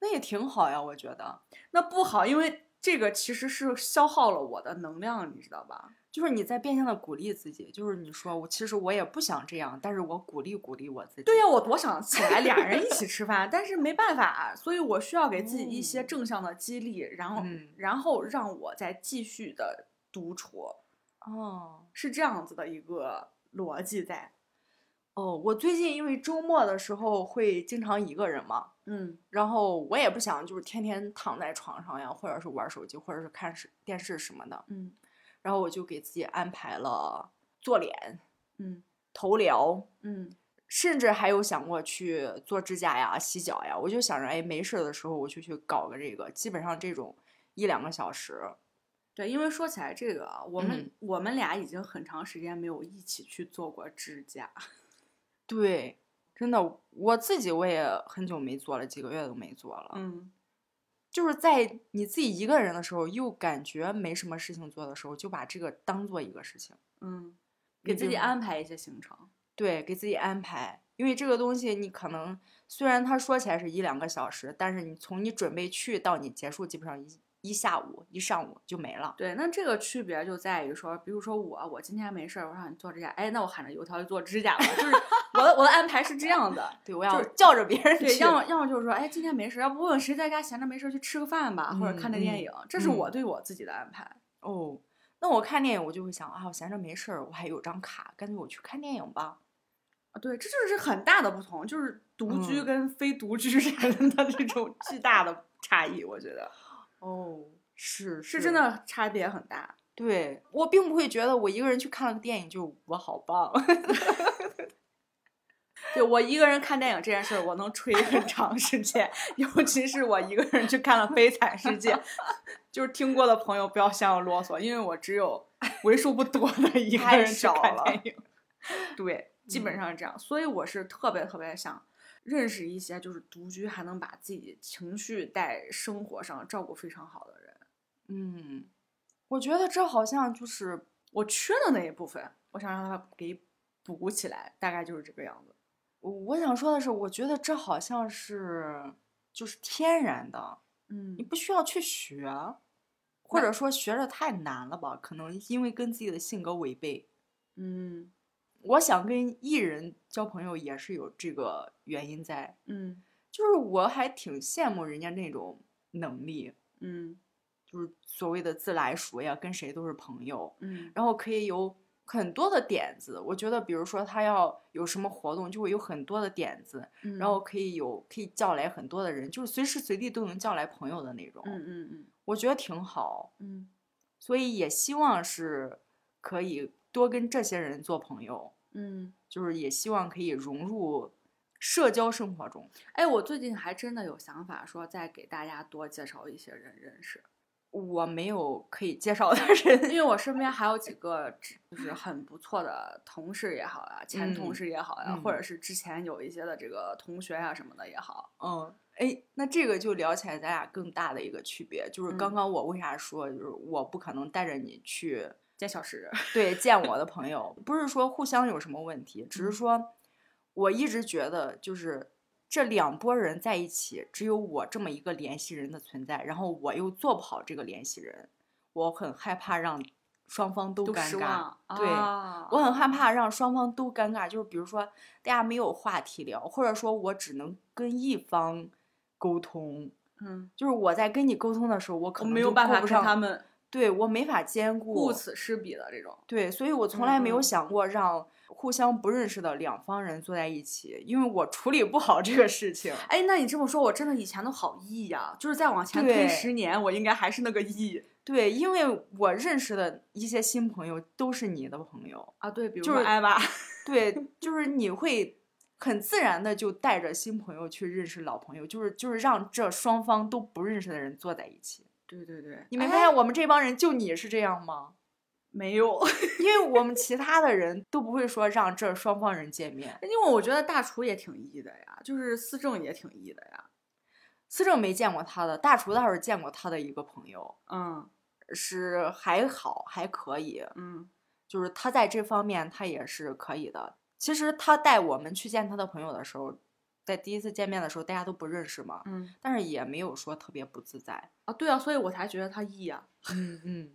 Speaker 2: 那也挺好呀，我觉得。
Speaker 1: 那不好，因为这个其实是消耗了我的能量，你知道吧？
Speaker 2: 就是你在变相的鼓励自己，就是你说我其实我也不想这样，但是我鼓励鼓励我自己。
Speaker 1: 对呀、我多想起来俩人一起吃饭，但是没办法，所以我需要给自己一些
Speaker 2: 嗯
Speaker 1: 正向的激励，然后、
Speaker 2: 嗯
Speaker 1: 然后让我再继续的独处，
Speaker 2: 哦
Speaker 1: 是这样子的一个逻辑在。
Speaker 2: 哦，我最近因为周末的时候会经常一个人嘛，
Speaker 1: 嗯
Speaker 2: 然后我也不想就是天天躺在床上呀，或者是玩手机，或者是看视电视什么的，
Speaker 1: 嗯
Speaker 2: 然后我就给自己安排了做脸、
Speaker 1: 嗯
Speaker 2: 头疗，
Speaker 1: 嗯
Speaker 2: 甚至还有想过去做指甲呀、洗脚呀。我就想着，哎，没事儿的时候我就去搞个这个，基本上这种一两个小时，
Speaker 1: 对，因为说起来这个啊，我们、
Speaker 2: 嗯
Speaker 1: 我们俩已经很长时间没有一起去做过指甲。
Speaker 2: 对，真的，我自己我也很久没做了，几个月都没做了。
Speaker 1: 嗯，
Speaker 2: 就是在你自己一个人的时候，又感觉没什么事情做的时候，就把这个当做一个事情，
Speaker 1: 嗯，
Speaker 2: 你
Speaker 1: 给自
Speaker 2: 就
Speaker 1: 己安排一些行程。
Speaker 2: 对，给自己安排。因为这个东西，你可能虽然它说起来是一两个小时，但是你从你准备去到你结束，基本上一一下午、一上午就没了。
Speaker 1: 对，那这个区别就在于说，比如说我，我今天没事儿，我让你做指甲，哎，那我喊着油条去做指甲吧，就是我的我的安排是这样 的，
Speaker 2: 对，我
Speaker 1: 就
Speaker 2: 要
Speaker 1: 是
Speaker 2: 叫着别人
Speaker 1: 对，
Speaker 2: 去。
Speaker 1: 要么要么就是说，哎，今天没事儿，要不问问谁在家闲着没事儿去吃个饭吧，或者看个电
Speaker 2: 嗯嗯
Speaker 1: 影，这是我
Speaker 2: 嗯
Speaker 1: 对我自己的安排。啊
Speaker 2: 哦，那我看电影，我就会想啊，我闲着没事儿，我还有张卡，干脆我去看电影吧。
Speaker 1: 啊对，这就是很大的不同，就是独居
Speaker 2: 嗯
Speaker 1: 跟非独居之间的这种巨大的差异，我觉得
Speaker 2: 哦，是
Speaker 1: 是真的差别很大。
Speaker 2: 对我并不会觉得我一个人去看了个电影就我好棒，
Speaker 1: 对我一个人看电影这件事儿，我能吹 很长时间，尤其是我一个人去看了《悲惨世 界》，就是听过的朋友不要嫌我啰嗦，因为我只有为数不多的一个
Speaker 2: 太
Speaker 1: 人去
Speaker 2: 少
Speaker 1: 看
Speaker 2: 了
Speaker 1: 电影。对，基本
Speaker 2: 嗯
Speaker 1: 上是这样，所以我是特别特别想认识一些就是独居还能把自己情绪在生活上照顾非常好的人，
Speaker 2: 嗯，我觉得这好像就是
Speaker 1: 我缺的那一部分，我想让他给补起来，大概就是这个样子。
Speaker 2: 我我想说的是，我觉得这好像是就是天然的，
Speaker 1: 嗯
Speaker 2: 你不需要去学，或
Speaker 1: 那
Speaker 2: 者说学着太难了吧？可能因为跟自己的性格违背。
Speaker 1: 嗯
Speaker 2: 我想跟艺人交朋友也是有这个原因在，
Speaker 1: 嗯
Speaker 2: 就是我还挺羡慕人家那种能力，
Speaker 1: 嗯
Speaker 2: 就是所谓的自来熟呀，跟谁都是朋友，
Speaker 1: 嗯
Speaker 2: 然后可以有很多的点子。我觉得，比如说他要有什么活动，就会有很多的点子，
Speaker 1: 嗯，
Speaker 2: 然后可以有可以叫来很多的人，就是随时随地都能叫来朋友的那种。
Speaker 1: 嗯嗯嗯
Speaker 2: 我觉得挺好，
Speaker 1: 嗯
Speaker 2: 所以也希望是可以多跟这些人做朋友，
Speaker 1: 嗯，
Speaker 2: 就是也希望可以融入社交生活中。
Speaker 1: 哎，我最近还真的有想法，说再给大家多介绍一些人认识，
Speaker 2: 我没有可以介绍的
Speaker 1: 因
Speaker 2: 人，
Speaker 1: 为我身边还有几个只就是很不错的同事也好呀、前同
Speaker 2: 嗯
Speaker 1: 事也好呀、啊或
Speaker 2: 嗯
Speaker 1: 者是之前有一些的这个同学啊呀、什么的也好，
Speaker 2: 嗯，哎，那这个就聊起来咱俩更大的一个区别，就是刚
Speaker 1: 嗯
Speaker 2: 刚我为啥说就是我不可能带着你去
Speaker 1: 见小时，
Speaker 2: 对见我的朋友，不是说互相有什么问题，只是
Speaker 1: 嗯
Speaker 2: 说我一直觉得就是这两拨人在一起，只有我这么一个联系人的存在，然后我又做不好这个联系人，我很害怕让双方都
Speaker 1: 都
Speaker 2: 尴
Speaker 1: 失
Speaker 2: 尬。
Speaker 1: 望，
Speaker 2: 对
Speaker 1: 啊、
Speaker 2: 我很害怕让双方都尴尬，就是比如说大家没有话题聊，或者说我只能跟一方沟通，
Speaker 1: 嗯，
Speaker 2: 就是我在跟你沟通的时候，我可
Speaker 1: 我
Speaker 2: 能
Speaker 1: 没有
Speaker 2: 就
Speaker 1: 办
Speaker 2: 顾
Speaker 1: 法
Speaker 2: 不
Speaker 1: 跟
Speaker 2: 上
Speaker 1: 他们
Speaker 2: 对我没法兼顾，
Speaker 1: 顾此失彼的这种，
Speaker 2: 对，所以我从来没
Speaker 1: 嗯
Speaker 2: 有
Speaker 1: 嗯
Speaker 2: 想过让互相不认识的两方人坐在一起，因为我处理不好这个事情。
Speaker 1: 哎，那你这么说，我真的以前都好 E 呀、就是再往前推
Speaker 2: 对
Speaker 1: 十年，我应该还是那个 E
Speaker 2: 对，因为我认识的一些新朋友都是你的朋友，
Speaker 1: 啊。对，比如
Speaker 2: 就
Speaker 1: 说
Speaker 2: 是
Speaker 1: 艾娃，
Speaker 2: 对，就是你会很自然的就带着新朋友去认识老朋友，就是就是让这双方都不认识的人坐在一起。
Speaker 1: 对对对，
Speaker 2: 你没
Speaker 1: 哎
Speaker 2: 发现我们这帮人就你是这样吗？
Speaker 1: 没有？
Speaker 2: 因为我们其他的人都不会说让这双方人见面。
Speaker 1: 因为我觉得大厨也挺 E 的呀，就是思政也挺 E 的呀。
Speaker 2: 思政没见过他的，大厨倒是见过他的一个朋友。
Speaker 1: 嗯
Speaker 2: 是还好，还可以，
Speaker 1: 嗯
Speaker 2: 就是他在这方面他也是可以的。其实他带我们去见他的朋友的时候，在第一次见面的时候，大家都不认识嘛，
Speaker 1: 嗯
Speaker 2: 但是也没有说特别不自在。
Speaker 1: 啊，对啊，所以我才觉得他 E 呀、
Speaker 2: 嗯嗯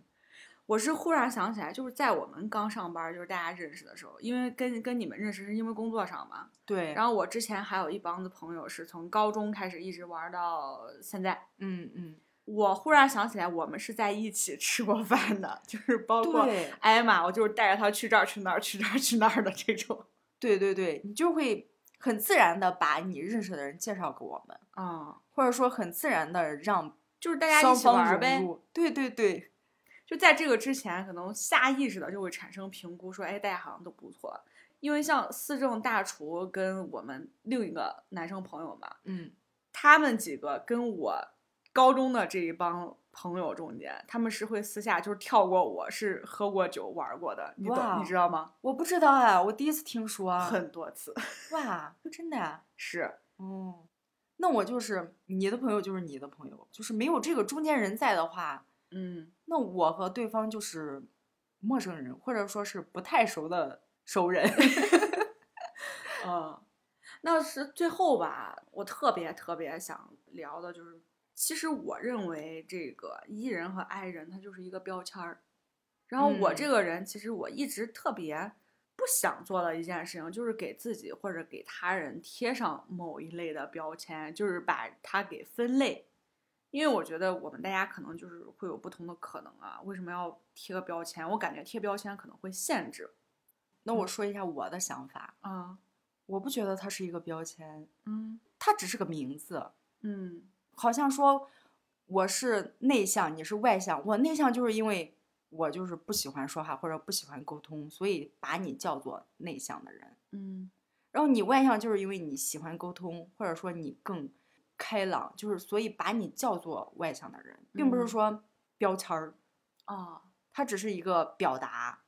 Speaker 1: 我是忽然想起来，就是在我们刚上班儿，就是大家认识的时候，因为跟跟你们认识是因为工作上嘛。
Speaker 2: 对，
Speaker 1: 然
Speaker 2: 后
Speaker 1: 后我之前还有一帮子朋友是从高中开始一直玩儿到现在，
Speaker 2: 嗯嗯，
Speaker 1: 我忽然想起来，我们是在一起吃过饭的，就是包括
Speaker 2: 对
Speaker 1: 艾玛，我就是带着她去这儿去那儿去这儿去那儿的这种。
Speaker 2: 对对对，你就会很自然的把你认识的人介绍给我们，
Speaker 1: 啊、
Speaker 2: 或者说很自然的让
Speaker 1: 就是大家一
Speaker 2: 双
Speaker 1: 起玩
Speaker 2: 方
Speaker 1: 儿
Speaker 2: 融
Speaker 1: 呗。
Speaker 2: 入。对对对，
Speaker 1: 就在这个之前，可能下意识的就会产生评估，说，哎，大家好像都不错。因为像四正大厨跟我们另一个男生朋友嘛，
Speaker 2: 嗯
Speaker 1: 他们几个跟我高中的这一帮朋友中间，他们是会私下就是跳过我是喝过酒玩儿过的，你懂
Speaker 2: 哇
Speaker 1: 你知道吗？
Speaker 2: 我不知道啊，我第一次听说。
Speaker 1: 很多次
Speaker 2: 哇，真的、啊。
Speaker 1: 是。
Speaker 2: 哦，那我就是你的朋友，就是你的朋友，就是没有这个中间人在的话，
Speaker 1: 嗯
Speaker 2: 那我和对方就是陌生人，或者说是不太熟的熟人。
Speaker 1: 嗯，那是最后吧，我特别特别想聊的就是，其实我认为这个 E 人和 I 人他就是一个标签儿。然后我这
Speaker 2: 嗯
Speaker 1: 个人，其实我一直特别不想做的一件事情，就是给自己或者给他人贴上某一类的标签，就是把它给分类。因为我觉得我们大家可能就是会有不同的可能啊，为什么要贴个标签？我感觉贴标签可能会限制
Speaker 2: 那我说一下我的想法，
Speaker 1: 啊，
Speaker 2: 我不觉得它是一个标签，
Speaker 1: 嗯
Speaker 2: 它只是个名字，
Speaker 1: 嗯
Speaker 2: 好像说我是内向，你是外向。我内向就是因为我就是不喜欢说话或者不喜欢沟通，所以把你叫做内向的人。
Speaker 1: 嗯
Speaker 2: 然后你外向就是因为你喜欢沟通，或者说你更开朗，就是所以把你叫做外向的人，并不
Speaker 1: 嗯
Speaker 2: 是说标签儿，哦
Speaker 1: 啊。
Speaker 2: 它只是一个表达，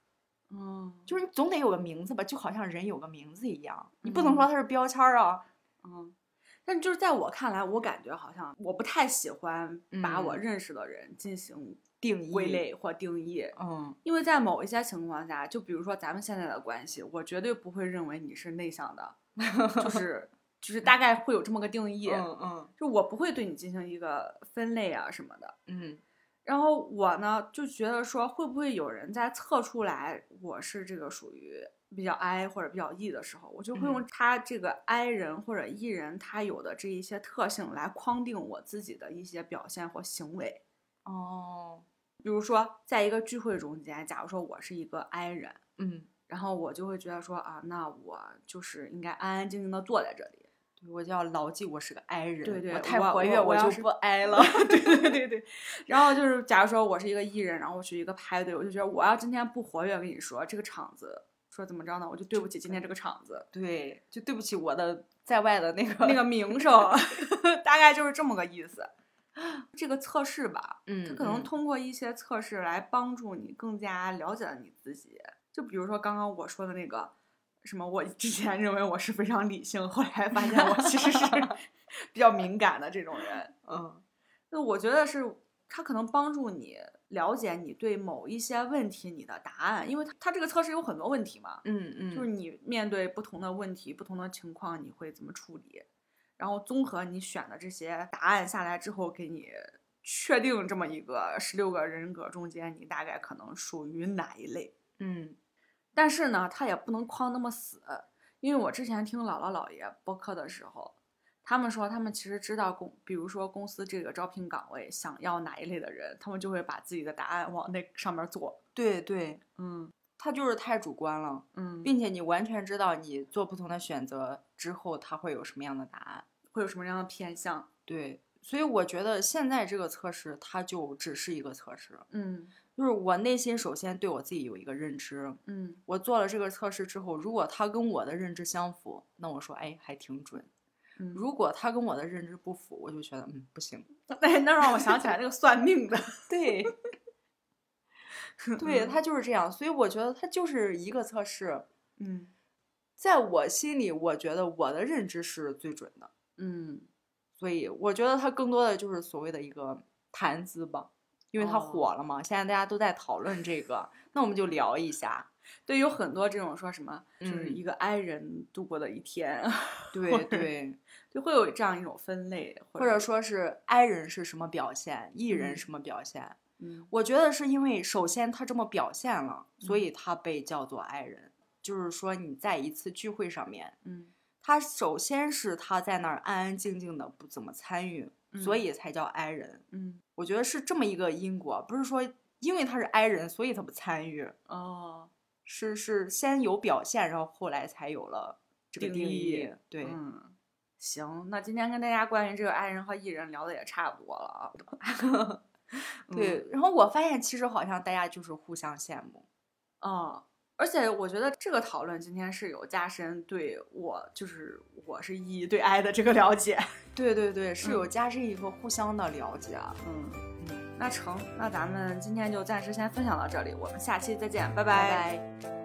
Speaker 1: 嗯，
Speaker 2: 就是你总得有个名字吧，就好像人有个名字一样，你不能
Speaker 1: 嗯
Speaker 2: 说它是标签儿啊。
Speaker 1: 嗯，但就是在我看来，我感觉好像我不太喜欢把我
Speaker 2: 嗯
Speaker 1: 认识的人进行
Speaker 2: 定义
Speaker 1: 归，类或定义，
Speaker 2: 嗯，
Speaker 1: 因为在某一些情况下，就比如说咱们现在的关系，我绝对不会认为你是内向的， 就是就是大概会有这么个定义，
Speaker 2: 嗯嗯
Speaker 1: 就我不会对你进行一个分类啊什么的。
Speaker 2: 嗯，
Speaker 1: 然后我呢就觉得说，会不会有人在测出来我是这个属于比较 I 或者比较 E 的时候，我就会用
Speaker 2: 嗯
Speaker 1: 他这个 I 人或者 E 人他有的这一些特性来框定我自己的一些表现或行为。
Speaker 2: 哦，
Speaker 1: 比如说，在一个聚会中间，假如说我是一个 I 人，
Speaker 2: 嗯，
Speaker 1: 然后我就会觉得说啊，那我就是应该安安静静的坐在这里。
Speaker 2: 对我就要牢记我是个 I 人，
Speaker 1: 对对
Speaker 2: 我太
Speaker 1: 我
Speaker 2: 活
Speaker 1: 我
Speaker 2: 跃
Speaker 1: 我要
Speaker 2: 就是不 I 了。
Speaker 1: 对对对对。然后就是，假如说我是一个艺人，然后我去一个派对，我就觉得我要今天不活跃，跟你说这个场子，说怎么着呢，我就对不起今天这个场子
Speaker 2: 对，就对不起我的在外的那个
Speaker 1: 那，个名声， 大概就是这么个意思。这个测试吧，
Speaker 2: 嗯，
Speaker 1: 它可能
Speaker 2: 嗯
Speaker 1: 通过一些测试来帮助你更加了解你自己。就比如说刚刚我说的那个，什么我之前认为我是非常理性，后来发现我其实是 比较敏感的这种人。
Speaker 2: 嗯
Speaker 1: 那我觉得是它可能帮助你了解你对某一些问题你的答案，因为它它这个测试有很多问题嘛，
Speaker 2: 嗯嗯，
Speaker 1: 就是你面对不同的问题、不同的情况，你会怎么处理？然后综合你选的这些答案下来之后，给你确定这么一个十六个人格中间，你大概可能属于哪一类。
Speaker 2: 嗯
Speaker 1: 但是呢，它也不能框那么死，因为我之前听姥姥姥爷播客的时候，他们说他们其实知道公，比如说公司这个招聘岗位想要哪一类的人，他们就会把自己的答案往那上面做。
Speaker 2: 对对，
Speaker 1: 嗯
Speaker 2: 他就是太主观了，
Speaker 1: 嗯，
Speaker 2: 并且你完全知道你做不同的选择之后，他会有什么样的答案。
Speaker 1: 会有什么样的偏向？
Speaker 2: 对，所以我觉得现在这个测试，它就只是一个测试，
Speaker 1: 嗯
Speaker 2: 就是我内心首先对我自己有一个认知。
Speaker 1: 嗯
Speaker 2: 我做了这个测试之后，如果它跟我的认知相符，那我说哎还挺准；
Speaker 1: 嗯，
Speaker 2: 如果它跟我的认知不符，我就觉得嗯不行。
Speaker 1: 哎那那让我想起来那个算命 的，
Speaker 2: 对对，
Speaker 1: 嗯
Speaker 2: 它就是这样，所以我觉得它就是一个测试。
Speaker 1: 嗯
Speaker 2: 在我心里，我觉得我的认知是最准的，
Speaker 1: 嗯，
Speaker 2: 所以我觉得它更多的就是所谓的一个谈资吧，因为它
Speaker 1: 哦
Speaker 2: 火了嘛，现在大家都在讨论这个，那我们就聊一 下。
Speaker 1: 对，有很多这种说什么，就是
Speaker 2: 嗯
Speaker 1: 一个 i 人度过的一天， 或
Speaker 2: 对
Speaker 1: 者
Speaker 2: 对，
Speaker 1: 就会有这样一种分类，
Speaker 2: 或者，说是 I 人是什么表现，E 人
Speaker 1: 嗯
Speaker 2: 什么表现？
Speaker 1: 嗯
Speaker 2: 我觉得是因为首先他这么表现了，所
Speaker 1: 嗯
Speaker 2: 以他被叫做 I 人，就是说你在一次聚会上面，
Speaker 1: 嗯
Speaker 2: 他首先是他在那儿安安静静的不怎么参与，所
Speaker 1: 嗯
Speaker 2: 以才叫 I 人。
Speaker 1: 嗯，
Speaker 2: 我觉得是这么一个因果，不是说因为他是 I 人，所以他不参与，
Speaker 1: 哦，
Speaker 2: 是是先有表现，然后后来才有了这个
Speaker 1: 定
Speaker 2: 定
Speaker 1: 义
Speaker 2: 义。对，
Speaker 1: 嗯，行，那今天跟大家关于这个 i 人和 e 人聊的也差不多了啊， 嗯，
Speaker 2: 对，然后我发现其实好像大家就是互相羡慕。
Speaker 1: 哦。而且我觉得这个讨论今天是有加深对我，就是我是 E 对 I 的这个了解。
Speaker 2: 对对对，是有
Speaker 1: 嗯
Speaker 2: 加深一个互相的了解。
Speaker 1: 嗯，
Speaker 2: 嗯，
Speaker 1: 那成，那咱们今天就暂时先分享到这里，我们下期再见，拜
Speaker 2: 拜拜。